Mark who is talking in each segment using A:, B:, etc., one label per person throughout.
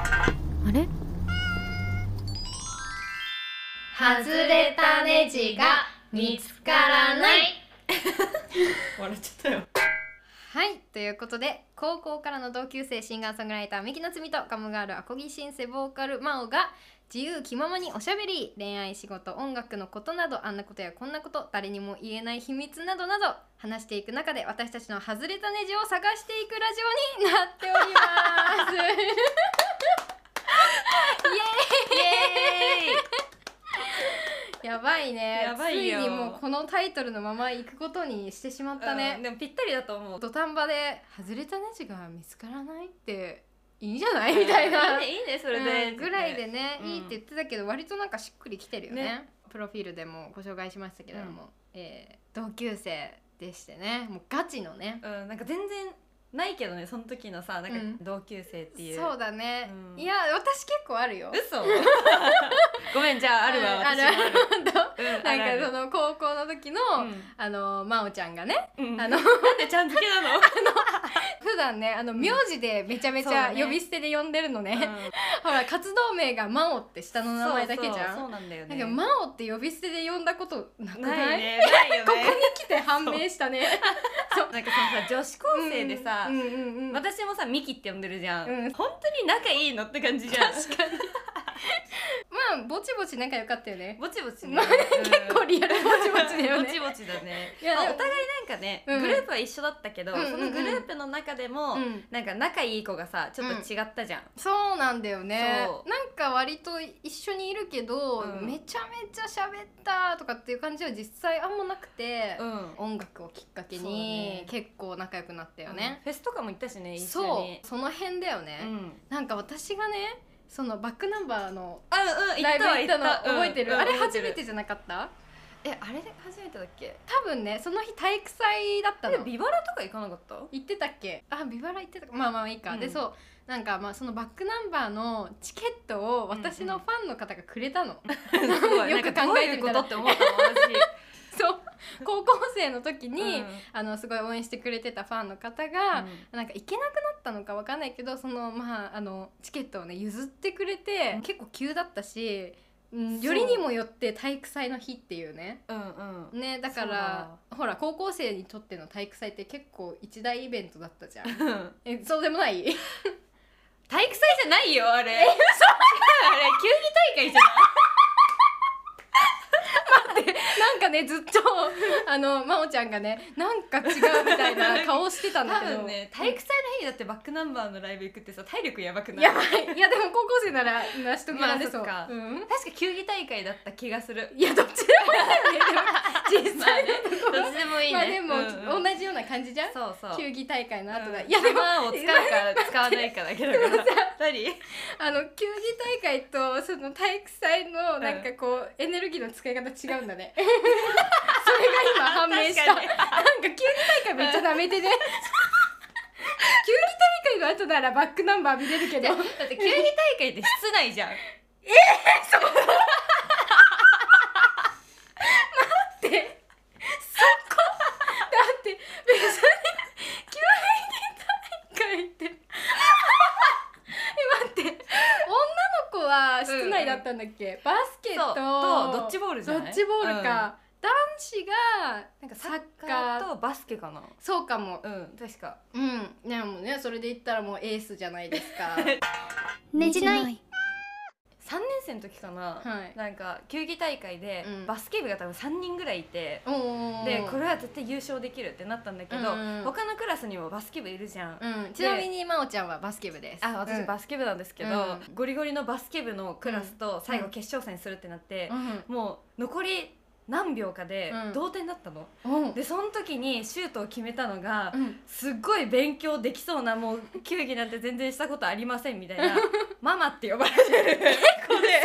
A: あれ
B: 外れたネジが見つからない
C: 笑っちゃったよ
B: はいということで高校からの同級生シンガーソングライターミキナツミとカムガールアコギシンセボーカルマオが自由気ままにおしゃべり恋愛仕事音楽のことなどあんなことやこんなこと誰にも言えない秘密などなど話していく中で私たちの外れたネジを探していくラジオになっております やばいね
C: やばいよ
B: ついにもうこのタイトルのまま行くことにしてしまったね、
C: うんでもぴったりだと 思う
B: 土壇場で「外れたネジが見つからない」っていいんじゃないみたいな、
C: いいねいいねそれで、
B: うんぐらいでね、
C: うん
B: いいって言ってたけど割となんかしっくりきてるよね
C: ね
B: プロフィールでもご紹介しましたけれども、えー同級生でしてねもうガチのね
C: うんなんか全然ないけどねその時のさなんか
B: うん
C: 同級生っていう、
B: そうだね、
C: うん
B: いや私結構あるよ
C: 嘘 ごめんじゃああるわ、
B: うん
C: 私も
B: ある
C: あるう ん
B: な
C: あるあ
B: ん
C: る
B: かその高校の時の、あのまおちゃんがね
C: うんうん
B: あの
C: なんでちゃん付けなの、
B: 普段ねあの名字でめちゃめちゃ
C: そうだね
B: 呼び捨てで呼んでるのね、
C: うん
B: ほら活動名がまおって下の名前だけじゃん
C: そうそうそうなんだよ
B: な
C: ね
B: んかマオって呼び捨てで呼んだことなくない
C: ないね ないよね
B: ここに来て判明したね。
C: なんかそのさ女子高生でさ、
B: うんうんうん、
C: 私もさミキって呼んでるじゃん、
B: うん
C: 本当に仲いいのって感じじゃん
B: 確かに。まあぼちぼち仲良かったよね。
C: ぼちぼちね、
B: まあ結構リアルぼちぼちだよ
C: ぼ
B: ね
C: ち。ぼちだね
B: いや
C: まあ
B: でも
C: お互いなんかね、
B: うん
C: グループは一緒だったけど、
B: うんうんうん
C: そのグループの中でも、
B: うん
C: なんか仲いい子がさちょっと違ったじゃん、
B: そうなんだよね
C: そ。
B: なんか割と一緒にいるけど、
C: うん
B: めちゃめちゃ喋ったとかっていう感じは実際あんまなくて、
C: ん
B: 音楽をきっかけ
C: そうだ
B: に
C: ね
B: 結構仲良くなったよね。
C: フェスとかも行ったしね一緒に
B: そうその辺だよね。
C: うん、うん
B: なんか私がねそのバックナンバーの
C: あうん行
B: ラ
C: っ
B: イブ
C: たわ
B: 行ったの覚えてる、
C: うん
B: あれ
C: うん覚
B: 初
C: え
B: め
C: る
B: てじゃなかった
C: えあれ初めてだっけ
B: 多分ねその日体育祭だった
C: で
B: の
C: ビバラとか行かな かった
B: 行ってたっけあビバラ行ってたかまあまあいいか、
C: うん
B: でそうなんかまあそのバックナンバーのチケットを私のファンの方がくれたの、
C: すごい
B: よく
C: なんか
B: 考えてみたら
C: どういうことって思ったの
B: そう高校生の時 に、
C: 私に、
B: あのすごい応援してくれてたファンの方
C: あ
B: が、なんか行けなくなったのかわかんないけどそのまああのチケットをね譲ってくれて、
C: うん
B: 結構急だったし、うん、
C: そう
B: よりにもよって体育祭の日っていうね
C: うんうん
B: ねだからほら高校生にとっての体育祭って結構一大イベントだったじゃ んえそうでもないえ
C: 体育祭じゃないよ あれえあれ球技大会じゃない
B: なんかねずっ とあの真央ちゃんがねなんか違うみたいな 顔してたんだ
C: 多
B: けど
C: 分ね体育祭の日にだってバックナンバーのライブ行くってさ体力やばくない
B: やばいいやでも高校生なら成し遂げられそう、
C: まあそっか
B: うん
C: 確か球技大会だった気がする
B: いやどっちでもいいよねでも実際のところ
C: どっちでもいいね
B: まあでも、
C: うんうん
B: 同じような感じじゃん
C: そうそう
B: 球技大会の後だ、
C: うん
B: いやでも
C: 球を使うか使わないかだ けだから何
B: あの球技大会とその体育祭のなんかこう、エネルギーの使い方違うんだ ねそれが今判明したなん
C: 確
B: か
C: かに
B: 球技大会めっちゃダメ でね球技大会の後ならバックナンバー見れるけど
C: だって球技大会って室内じゃん
B: ってそこだって別に球技大会ってえ待って女の子は室内だったんだっけ、バスケ
C: そ
B: と
C: うとドッジボールじゃない
B: ドッジボールか、男子がなんかサ
C: サ
B: ッ
C: ッ
B: カ
C: カ
B: ー
C: ーとバスケかな
B: そうかも
C: うん確か
B: うんでもねそれで言ったらもうエースじゃないですか
A: ねじない
C: 3年生の時かな、
B: はい
C: なんか球技大会で
B: うん
C: バスケ部が多分3人ぐらいいて、
B: おー
C: でこれは絶対優勝できるってなったんだけど、
B: うんうん
C: 他のクラスにもバスケ部いるじゃん、
B: うん、ちなみに真央ちゃんはバスケ部です
C: あ私バ
B: ス
C: スケ部なんですけど、
B: う
C: ゴリゴリのバスケ部のクラスと最後決勝戦するってなって、もう残り何秒かで
B: うん
C: 同点だったの、
B: うん、うん
C: でその時にシュートを決めたのが、
B: うん
C: すっごい勉強できそうなもう球技なんて全然したことありませんみた いなママって呼ばれてる子で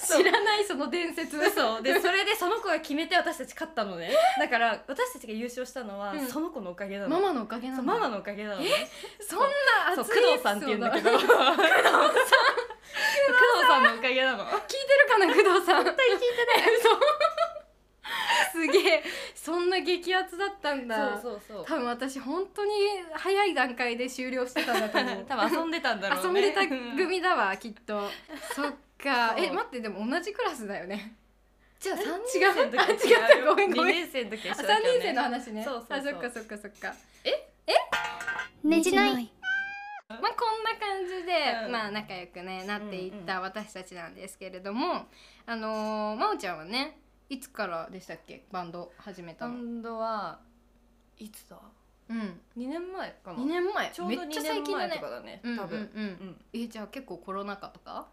B: そう知らないその伝説
C: 嘘でそれでその子が決めて私たち勝ったのねだから私たちが優勝したのは、
B: うん
C: その子のおかげなの
B: ママのおかげな
C: そ
B: の
C: うママのおかげなのね
B: そんな熱
C: そ
B: いう
C: 工藤さんって言うんだけど
B: エ
C: 工
B: ピ
C: 藤
B: ソード
C: さん工藤さんのおかげなの
B: 聞いてるかな工藤さん絶対聞いてない嘘すげえそんな激アツだったんだ
C: そうそうそう
B: 多分私本当に早い段階で終了してたんだと 思う
C: 多分遊んでたんだろう
B: 遊ん
C: ね
B: でた組だわきっと そっか
C: そう
B: え待ってでも同じクラスだよね
C: じゃあ3
B: 違う
C: 年生の時
B: あ違ったごめんごめん
C: 2年生の時は
B: あ
C: 一緒
B: 3
C: だったよね
B: 年生の話ね
C: そうそうそう
B: あそっかそっかそっか
A: ねじない
B: まあこんな感じで、
C: うん
B: まあ仲良くねなっていった私たちなんですけれども、あのー、まおちゃんはねいつからでしたっけバンド始めた
C: バ
B: の
C: ンドはいつだ
B: うん
C: 2年前かな
B: 2年前
C: ちょうど2
B: めっちゃ最
C: 年
B: 近だ
C: 前と
B: ね
C: かだね
B: うんうん
C: 多分
B: うんえじゃあ結構コロナ禍とか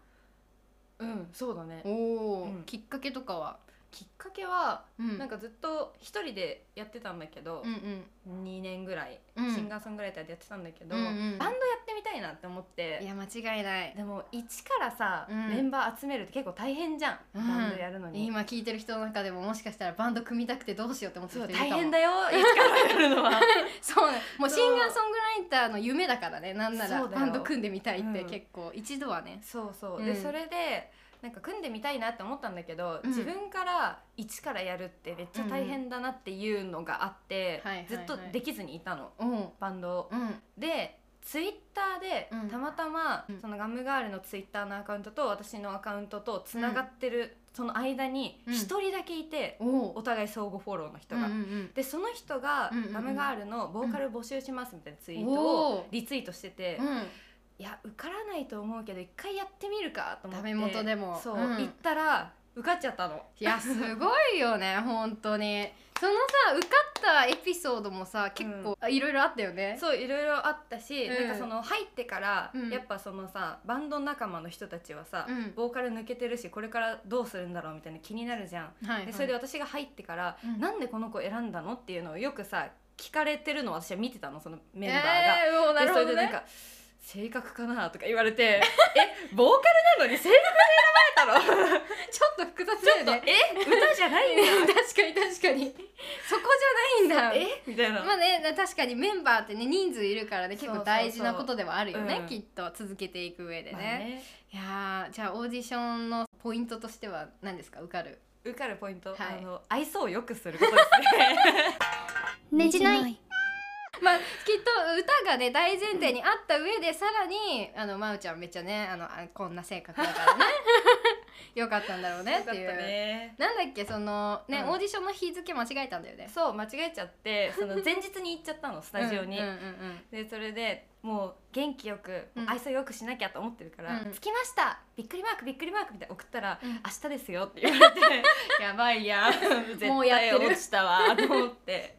C: うん、うん、そうだね
B: おおー、
C: うん
B: きっかけとかは、
C: きっかけは
B: うん
C: なんかずっと一人でやってたんだけど
B: う、んうん
C: 2年ぐらい、
B: うん
C: シンガーソングライターでやってたんだけど、
B: うんうん
C: バンドやってみたいなって思って
B: いや間違いない
C: でも一からさ、
B: うん
C: メンバー集めるって結構大変じゃん、
B: うん
C: バンドやるのに。
B: 今聞いてる人の中でももしかしたらバンド組みたくてどうしようって思って
C: そ
B: る
C: う
B: 人いるかも
C: 大変だよ 一からやるのは
B: そうねもう
C: そう
B: シンガーソングライターの夢だからねなんな
C: そ
B: ら
C: うだよ
B: バンド組んでみたいっ
C: う
B: て
C: ん
B: 結構一度はね
C: そうそう、
B: う
C: で
B: ん
C: それでなんか組んでみたいなって思ったんだけど、
B: うん
C: 自分から一からやるってめっちゃ大変だなっていうのがあって、
B: うんはいはいはい
C: ずっとできずにいたの
B: うんうん
C: バンドをでツイッターで
B: うん
C: たまたま、
B: うん
C: そのガムガールのツイッターのアカウントと私のアカウントとつながってる、その間に
B: うん
C: 一人だけいて、
B: おお
C: お互い相互フォローの人が。
B: うん
C: でその人が
B: うんうんうん
C: ガムガールのボーカル募集しますみたいなツイー
B: お
C: トを
B: ー
C: リツイートしてて、
B: うんうん
C: いや受からないと思うけど一回やってみるかと思って
B: ダメ元でも
C: そう、
B: うん
C: 行ったら受かっちゃったの
B: いやすごいよね 本当にそのさ受かったエピソードもさ結構いろいろあったよね
C: そういろいろあったし、
B: うん
C: なんかその入ってから、
B: うん
C: やっぱそのさバンド仲間の人たちはさ、
B: うん
C: ボーカル抜けてるしこれからどうするんだろうみたいな気になるじゃん。
B: はいはい
C: でそれで私が入ってから、
B: うん
C: なんでこの子選んだのっていうのをよくさ聞かれてるのを私は見てたのそのメンバーが。
B: えーもうな
C: で
B: る
C: そ
B: ほ
C: れ
B: ど
C: でなん
B: ね
C: か「性格かな?」とか言われ て「えボーカルなのに性格で選ばれ たの?」
B: ちょっと複雑だよ
C: ちょっ
B: ね
C: と「え歌じゃないん だよ
B: 確かに確かにそこじゃないんだ
C: えみたいな、
B: まあねな確かにメンバーってね人数いるからね結構大事なことではあるよね
C: そうそうそううん
B: きっと続けていく上でね,、
C: まあね
B: いやーじゃあオーディションのポイントとしては何ですか受かる
C: 受かるポイント、
B: はい
C: あの愛想を良くすることですね
A: ねじない
B: まあきっと歌がね大前提にあった上でさらにあのまうちゃんめっちゃねあのあこんな性格だから ねよかったんだろうね
C: よ
B: って
C: かった
B: いう。
C: ね
B: なんだっけそのね、
C: うん
B: オーディションの日付間違えたんだよね。
C: そう間違えちゃってその前日に行っちゃったのスタジオに、
B: うんうんうん
C: でそれでもう元気よく、
B: うん
C: 愛想よくしなきゃと思ってるから
B: うん
C: 着きましたびっくりマークびっくりマーク」みたいな送ったら「
B: うん
C: 明日ですよ」って言 われて「やばいや
B: も
C: ん絶
B: うやって
C: 対
B: る
C: 落ちたわ」と思って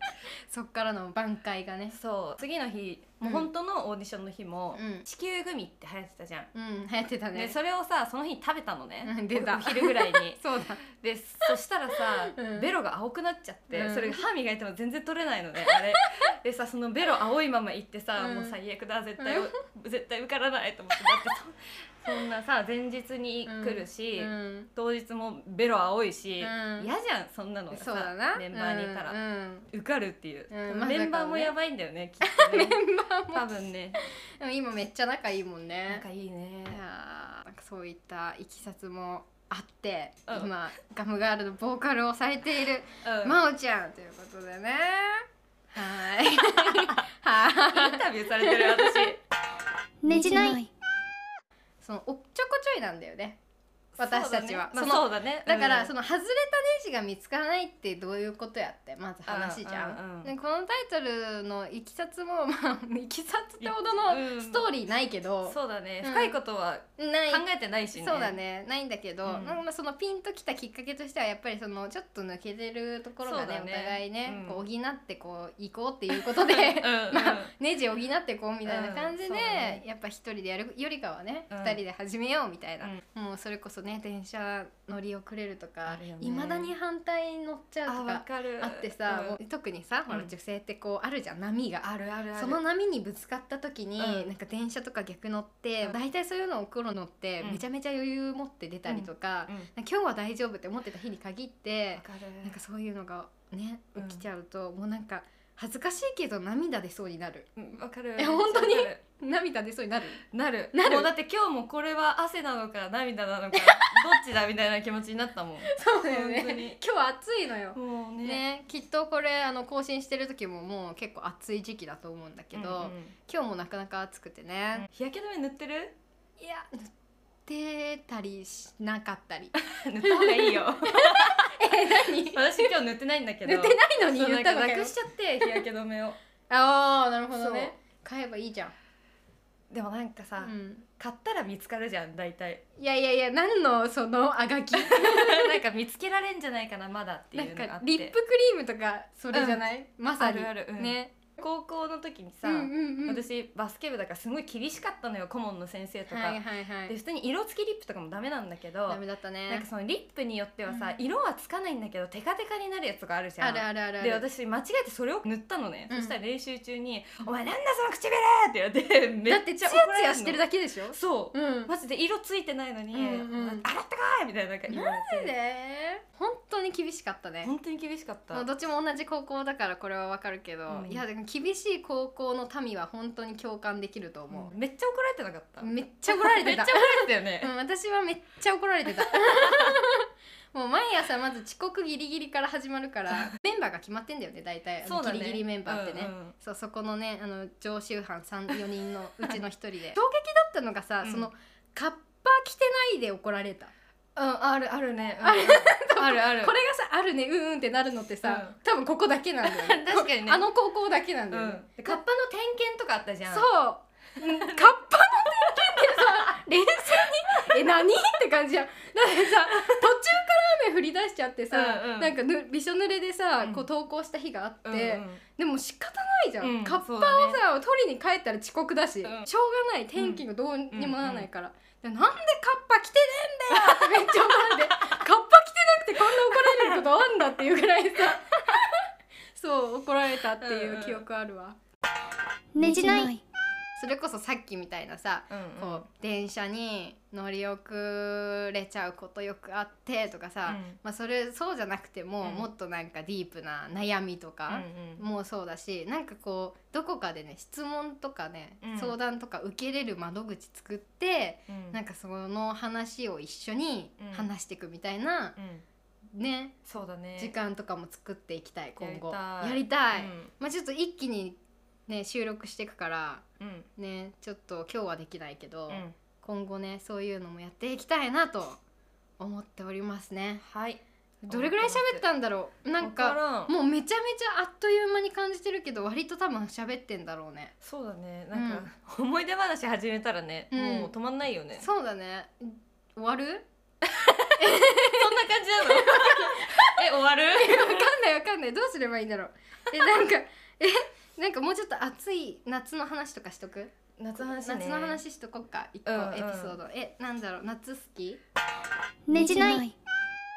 B: そっからの挽回がね。
C: そう次の日もう本当のオーディションの日も、
B: うん
C: 地球グミって流行ってたじゃん、
B: うん流行ってたね。
C: でそれをさその日に食べたのね、
B: うん出た
C: お昼ぐらいに
B: そうだ。
C: でそしたらさ、
B: うん
C: ベロが青くなっちゃって、
B: うん
C: それ歯磨いても全然取れないのね あれでさそのベロ青いまま行ってさ、
B: うん
C: もう最悪だ絶対、
B: う
C: 絶対受からないと思ってだってそ そんなさ前日に来るし、
B: うん
C: 当日もベロ青いし、
B: うん
C: 嫌じゃんそんなのが
B: そうだ
C: さ
B: な
C: メンバーにいたら、
B: うんうん
C: 受かるっていう、
B: うんまさかのね
C: メンバーもやばいんだよねきっとね
B: メンバーも
C: 多 分ね
B: でも今めっちゃ仲いいもん
C: なん
B: ね
C: かいいね
B: いやーなんかそういったいきさつもあって、
C: うん
B: 今ガムガールのボーカルをされている
C: うん
B: まおちゃんということでねは ーいはーい
C: インタビューされてる私
A: ねじない
B: そのおっちょこちょいなんだよね私たちは
C: そ
B: そ
C: うだね,、
B: の
C: まあ、そうだね
B: だから、そ
C: の
B: の外れたネジが見つからないってどういうことやってまず話じゃ
C: うんうんうんん
B: でこのタイトルのいきさつもまあいきさつってほどのストーリーないけど、
C: そうだね
B: うん
C: 深いことは
B: ない
C: 考えてないしね、
B: そうだねないんだけど、
C: うん
B: なんかまあそのピンときたきっかけとしてはやっぱりそのちょっと抜けてるところがね
C: そうだね
B: お互いね、
C: うん
B: こう補ってこう行こうっていうこと で
C: うんうん
B: まあネジ補ってこうみたいな感じで、
C: うんそうだね
B: やっぱ一人でやるよりかはね、
C: うん
B: 二人で始めようみたいな、もうそれこそね電車乗り遅れるとか
C: あるよね
B: いま、未だに反対に乗っちゃう
C: あ
B: と
C: わ
B: か
C: かる
B: あってさ、
C: うん
B: もう特にさほら
C: うん
B: 女性ってこうあるじゃん波が
C: あるあるある
B: その波にぶつかった時に、
C: うん
B: なんか電車とか逆乗って、
C: うん
B: 大体そういうの起こるのって、
C: うん
B: めちゃめちゃ余裕持って出たりとか,、
C: うん
B: 今日は大丈夫って思ってた日に限って
C: わ、かる
B: なんかそういうのがね
C: うん
B: 起きちゃうと、もうなんか恥ずかしいけど涙出そうになる
C: うんわかる
B: え本当に
C: わかる
B: 涙出そうに なる
C: なる
B: なる
C: もうだって今日もこれは汗なのか 涙なのかどっちだみたいな気持ちになったもん
B: そうだよ
C: 本当に
B: ね今日は暑いのよ
C: もうね
B: ねきっとこれあの更新してる時ももう結構暑い時期だと思うんだけど、
C: うんうん
B: 今日もなかなか暑くてね、
C: 日焼け止め塗っ てる
B: いや塗ってたりしなかった り
C: 塗った方がいいよ
B: え何塗って
C: 私今日塗ってないんだけど
B: ないのに
C: そう
B: 言ったのか
C: なんか
B: よ
C: なくしちゃって日焼け 止めを
B: ああなるほ
C: ほ
B: ど
C: どね
B: ね買えばいいじゃん、
C: でもなんか
B: う
C: さ、
B: ん、
C: 買ったら見つかるじゃん大体
B: いやいやいや何のそのあが き
C: なんか見つけられんじゃないかなまだってい
B: なん
C: うのがあ
B: か
C: って
B: リップクリームとかそれじゃない、まさに
C: あるあるうん
B: ね
C: 高校の時にさ、
B: うんうんうん、
C: 私バスケ部だからすごい厳しかったのよ顧問の先生とか、
B: はいはいは
C: で
B: い
C: 普通に色付きリップとかもダメなんだけど
B: ダメだった
C: なん
B: ね
C: かそのリップによってはさ、色はつかないんだけどテカテカになるやつがあるじゃん
B: あるあるあるある
C: で私間違えてそれを塗ったのね、
B: うん
C: そしたら練習中に「お前なんだその唇!」って言われてめ
B: だ
C: っ
B: って
C: ち
B: ツ
C: ゃ
B: ヤ
C: 怒
B: ツ
C: られるの
B: ヤしてるだけでしょ
C: そう、
B: うん
C: マジで色ついてないのに「
B: うんうん
C: 洗ってこい!」みたいななんか言われて
B: で本当に厳しかったね
C: 本当に厳しかった、
B: もうどっちも同じ高校だからこれはわかるけど、
C: うん
B: いやでも厳しい高校の民は本当に共感できると思
C: もうめっちゃ怒られてなかった、
B: う、めっちゃ怒られてた
C: めっちゃ怒られてたよ
B: う
C: ね、
B: ん、私はめっちゃ怒られ てたもう毎朝まず遅刻ギリギリから始まる からメンバーが決まってんだよね大体あの
C: そうだね
B: ギリギリメンバーってね、
C: うんうん
B: そうそこのねあの常習犯34人のうちの一人で 衝撃だったのがさ、
C: うん
B: そのカッパ着てないで怒られた
C: うん、あるあるね、うんある ある
B: これがさあるねうんうんってなるのってさ、
C: うん
B: 多分ここだけなんだよ
C: 確かにね
B: あの高校だけなんだ
C: う
B: よね、
C: ん、でカッパの点検とかあったじゃん
B: そう、うん、カッパの点検さ冷静にえ何って感じやだってさ途中から雨降り出しちゃってさ、
C: うんうん
B: なんかぬびしょ濡れでさ、
C: うん
B: こう投稿した日があって、
C: うんうん
B: でも仕方ないじゃん、
C: うん
B: カッパを
C: そう
B: さ
C: だね
B: 取りに帰ったら遅刻だし、
C: うん
B: しょうがない天気がどうにもならないから、でなんでカッパ着てねえんだよってめっちゃ怒ら れてカッパ着てなくてこんな怒られることあんだっていうぐ らいさそう怒られたっていう記憶あるわ、
A: ねじない
B: それこそさっきみたいなさ
C: うん
B: こう、電車に乗り遅れちゃうことよくあってとかさ、
C: うん
B: まあ、それそうじゃなくても、
C: うん
B: もっとなんかディープな悩みとか、
C: うんうん
B: もうそうだしなんかこうどこかでね質問とかね、
C: うん
B: 相談とか受けれる窓口作って、
C: うん
B: なんかその話を一緒に
C: うん
B: 話していくみたいな、
C: うん
B: ね
C: そうだね
B: 時間とかも作っていきたい今後
C: やりたい
B: やりたい、
C: うん
B: まあ、ちょっと一気にね収録していくから
C: うん
B: ねちょっと今日はできないけど、
C: うん
B: 今後ねそういうのもやっていきたいなと思っておりますね
C: はい
B: どれぐらい喋ったんだろうなん
C: わ
B: から
C: ん
B: もうめちゃめちゃあっという間に感じてるけど割と多分喋ってんだろうね
C: そうだねなんか、 思い出話始めたらね、
B: うん
C: もう止まんないよねそ
B: そうだね終わる
C: んな感じなの え終わる
B: わかんないわかんないどうすればいいんだろうえなんかえなんかもうちょっと暑い夏の話とかしとく、
C: 夏の話
B: 夏
C: ね
B: の話しとこっか一個
C: うんうん
B: エピソード、えなんだろう夏好き
A: ねじない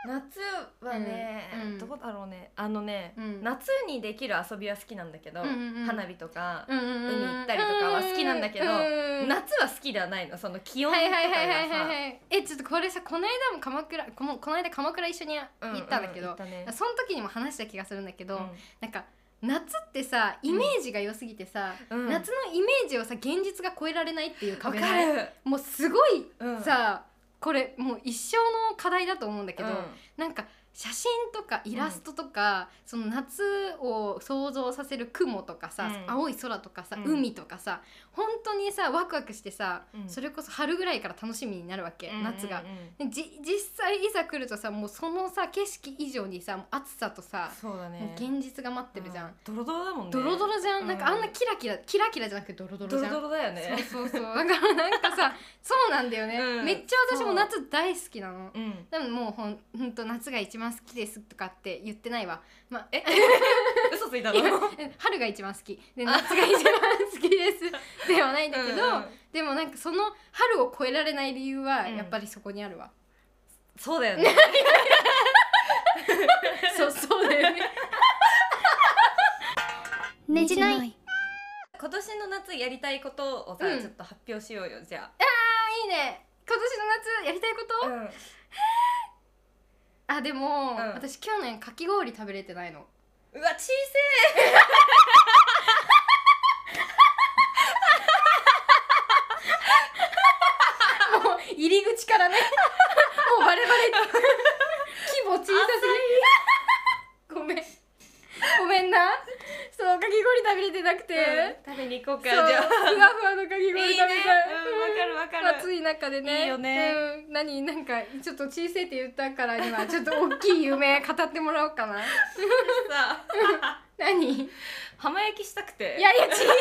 C: 夏はね、
B: うんうん
C: どうだろうねあのね、
B: うん
C: 夏にできる遊びは好きなんだけど、
B: うんうんうん
C: 花火とか、
B: うんうんうん
C: 海行ったりとかは好きなんだけど
B: うん
C: 夏は好きではないのその気温と
B: は
C: か
B: い
C: がさ、
B: はいはいはいはいはいえちょっとこれさこの間も鎌倉このこの間鎌倉一緒に行
C: うう
B: ったんだけど、
C: 行ったね
B: その時にも話した気がするんだけど、
C: うん
B: なんか夏ってさイメージが良すぎてさ、
C: うん
B: 夏のイメージをさ現実が超えられないっていう
C: わ
B: 壁
C: か
B: ない
C: る、
B: もうすごい
C: うん、
B: さ、これもう一生の課題だと思うんだけど、
C: うん
B: なんか写真とかイラストとか、その夏を想像させる雲とかさ、
C: うん
B: 青い空とかさ、
C: うん
B: 海とかさ本当にさワクワクしてさ、
C: うん
B: それこそ春ぐらいから楽しみになるわけ、
C: うんうんうん
B: 夏が。でじ実際いざ来るとさもうそのさ景色以上にさもう暑さとさ、
C: そうだね
B: もう現実が待ってるじゃん、
C: うドロドロだもんね
B: ドロド
C: ロ
B: ロじゃん、
C: うん
B: なんかあんなキラキラキラキラじゃなくてドロドロ
C: ド
B: じゃ
C: ロ
B: ん
C: ドロだよね
B: そうそうそうだからなんかさそうなんだよね、
C: うん
B: めっちゃ私も夏大好きなの
C: うん
B: でももうほんほんと夏が一番好きですとかって言ってないわ、ま あ、え
C: 嘘ついたの
B: 今 春が一番好きで夏が一番好き ですではないんだけど、
C: うんうん
B: でもなんかその春を超えられない理由は
C: うん
B: やっぱりそこにあるわ、
C: そ うだよね
B: そうそうだよね
A: ねじない
C: 今年の夏やりたいことをさ、
B: うん
C: ちょっと発表しようよじゃ
B: いいね今年の夏やりたいこと、
C: あ、うん、
B: あでも、
C: ん
B: 私去年かき氷食べれて ないの
C: うわ小せ
B: もう入り口からねもうバレバ レ規模小さすぎごめんごめんなそうかき氷食べれてなくて、
C: 食べに行こうか
B: そう
C: じ
B: ふわ
C: ゃ
B: ふわのかき
C: あ
B: 氷食べたい
C: いいねうんわかるわか
B: 暑
C: る
B: い中でね
C: いいよね
B: うん、何なんかちょっと小さいって言ったからにはちょっと大きい夢語ってもらおうかな
C: さ
B: 何い
C: 浜焼きしたくて
B: やいや小さいやべ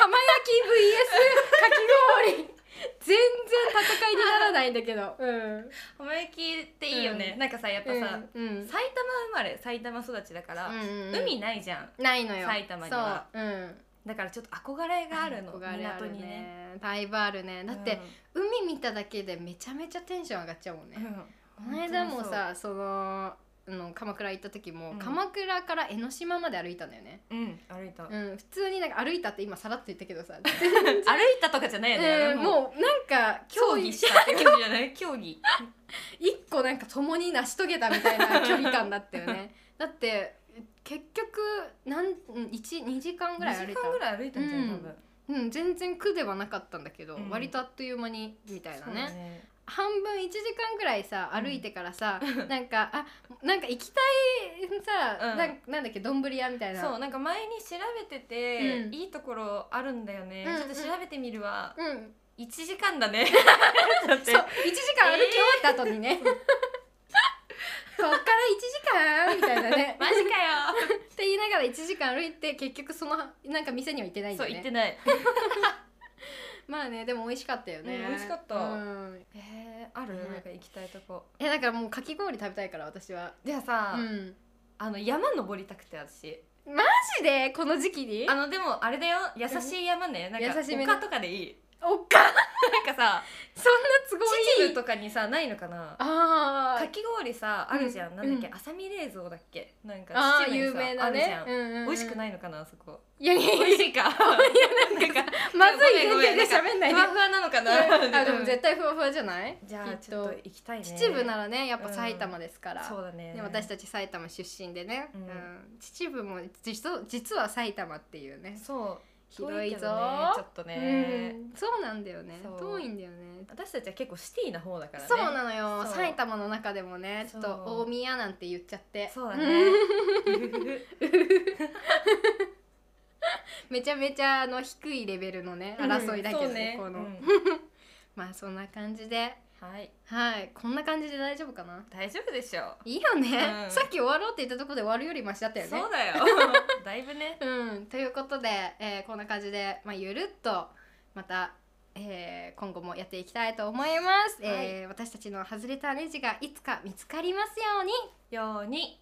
B: 浜焼き VS かき氷全然戦いにならないんだけ ど、うん、
C: 浜焼きっていいよね、
B: うん
C: なんかさやっぱさ、
B: うんうん
C: 埼玉生まれ埼玉育ちだから、
B: うんうんうん
C: 海ないじゃん
B: ないのよ
C: 埼玉には
B: そう、うん、
C: だからちょっと憧れがあるの
B: 憧れあ
C: 港
B: る
C: にね
B: ねだいぶあるねだって、海見ただけでめちゃめちゃテンション上がっちゃうもんね、
C: うん、
B: この間もさそのあの鎌倉行った時も、
C: うん
B: 鎌倉から江ノ島まで歩いたんだよね、
C: うん歩いた、
B: うん普通になんか歩いたって今さらっと言ったけ どさ、
C: 歩いたとかじゃないよね、あれ
B: うんもうなんか
C: 競技したって感じじゃない競 技
B: 一個なんか共に成し遂げたみたいな 距離感だったよねだって結局なん12時間ぐらい歩
C: 2
B: い
C: 時
B: た
C: 間ぐらい歩いたんじゃない、
B: うん
C: 多分
B: うん、全然苦ではなかったんだけど、
C: うん
B: 割とあっという間にみたいな
C: そう
B: ね
C: ね
B: 半分1時間ぐらいさ
C: うん
B: 歩いてから さ、なんかあなんか行きたいさ、
C: うん
B: なんなんだっけ丼屋みたいな
C: そうなんか前に調べてて、
B: うん
C: いいところあるんだよね、
B: うん
C: ちょっと調べてみるわ、
B: うん
C: 一時間 だねだって
B: そう1時間歩き終わった後にね、 こっから1時間みたいなね
C: マジか
B: って言いながら1時間歩いて結局そのなんか店には行ってないん
C: よ
B: だ
C: そう
B: よ
C: 行って
B: ね
C: ない
B: まあねでも美味しかったよね、
C: うん美味しかった
B: うん
C: えー、ある、
B: ね
C: なんか行きたいとこ
B: えだからもうかき氷食べたいから私は
C: ではさ、
B: うん
C: あの山登りたくて私
B: マジでこの時期に
C: あのでもあれだよ優しい山ねなんか
B: 優しめの
C: 丘とかでいい
B: おっか
C: なんかさ
B: そんな都合いい
C: 秩父とかにさないのかな
B: あー
C: かき氷さあるじゃ
B: う
C: ん、
B: ん
C: なんだっ
B: う
C: け浅見冷蔵だっけなんか
B: あー
C: 秩父に
B: 有
C: さ
B: 名なね
C: あるじゃん、
B: うんうんうん
C: 美味しくないのかなあ そこ
B: いやいやいや
C: 美味しいか なんか
B: まずい前提で喋んない
C: ふ
B: で
C: わふわなのか
B: うん
C: な
B: あでも絶対ふわふわじゃない
C: じゃあ
B: きっ
C: ちょっ
B: と
C: と行きたいね
B: 秩父ならねやっぱ埼玉ですから、
C: そうだね
B: ね、私たち埼玉出身でね、
C: うん
B: うん秩父も実は実は埼玉っていうね
C: そう
B: 広いぞ
C: 遠けどねちょっとね、
B: うん、そうなんだよね
C: そう
B: 遠いんだよね
C: 私たちは結構シティな方だからね
B: そうなのよ
C: そう
B: 埼玉の中でもねちょっと
C: そう
B: 大宮なんて言っちゃって
C: そうだね
B: ん めちゃめちゃあの低いレベルのね争いだけど、
C: そうね
B: この、
C: うん
B: まあそんな感じで
C: はい
B: はいこんな感じで大丈夫かな
C: 大丈夫でしょ
B: いいよね、
C: う ん
B: さっき終わろうって言ったところで終わるよりマシだった
C: う
B: よね
C: そうだよ だいぶね
B: うん、ということで、えーこんな感じで、まあ、ゆるっとまた、えー今後もやっていきたいと思います、えー私たちの外れたネジがいつか見つかりますように
C: ように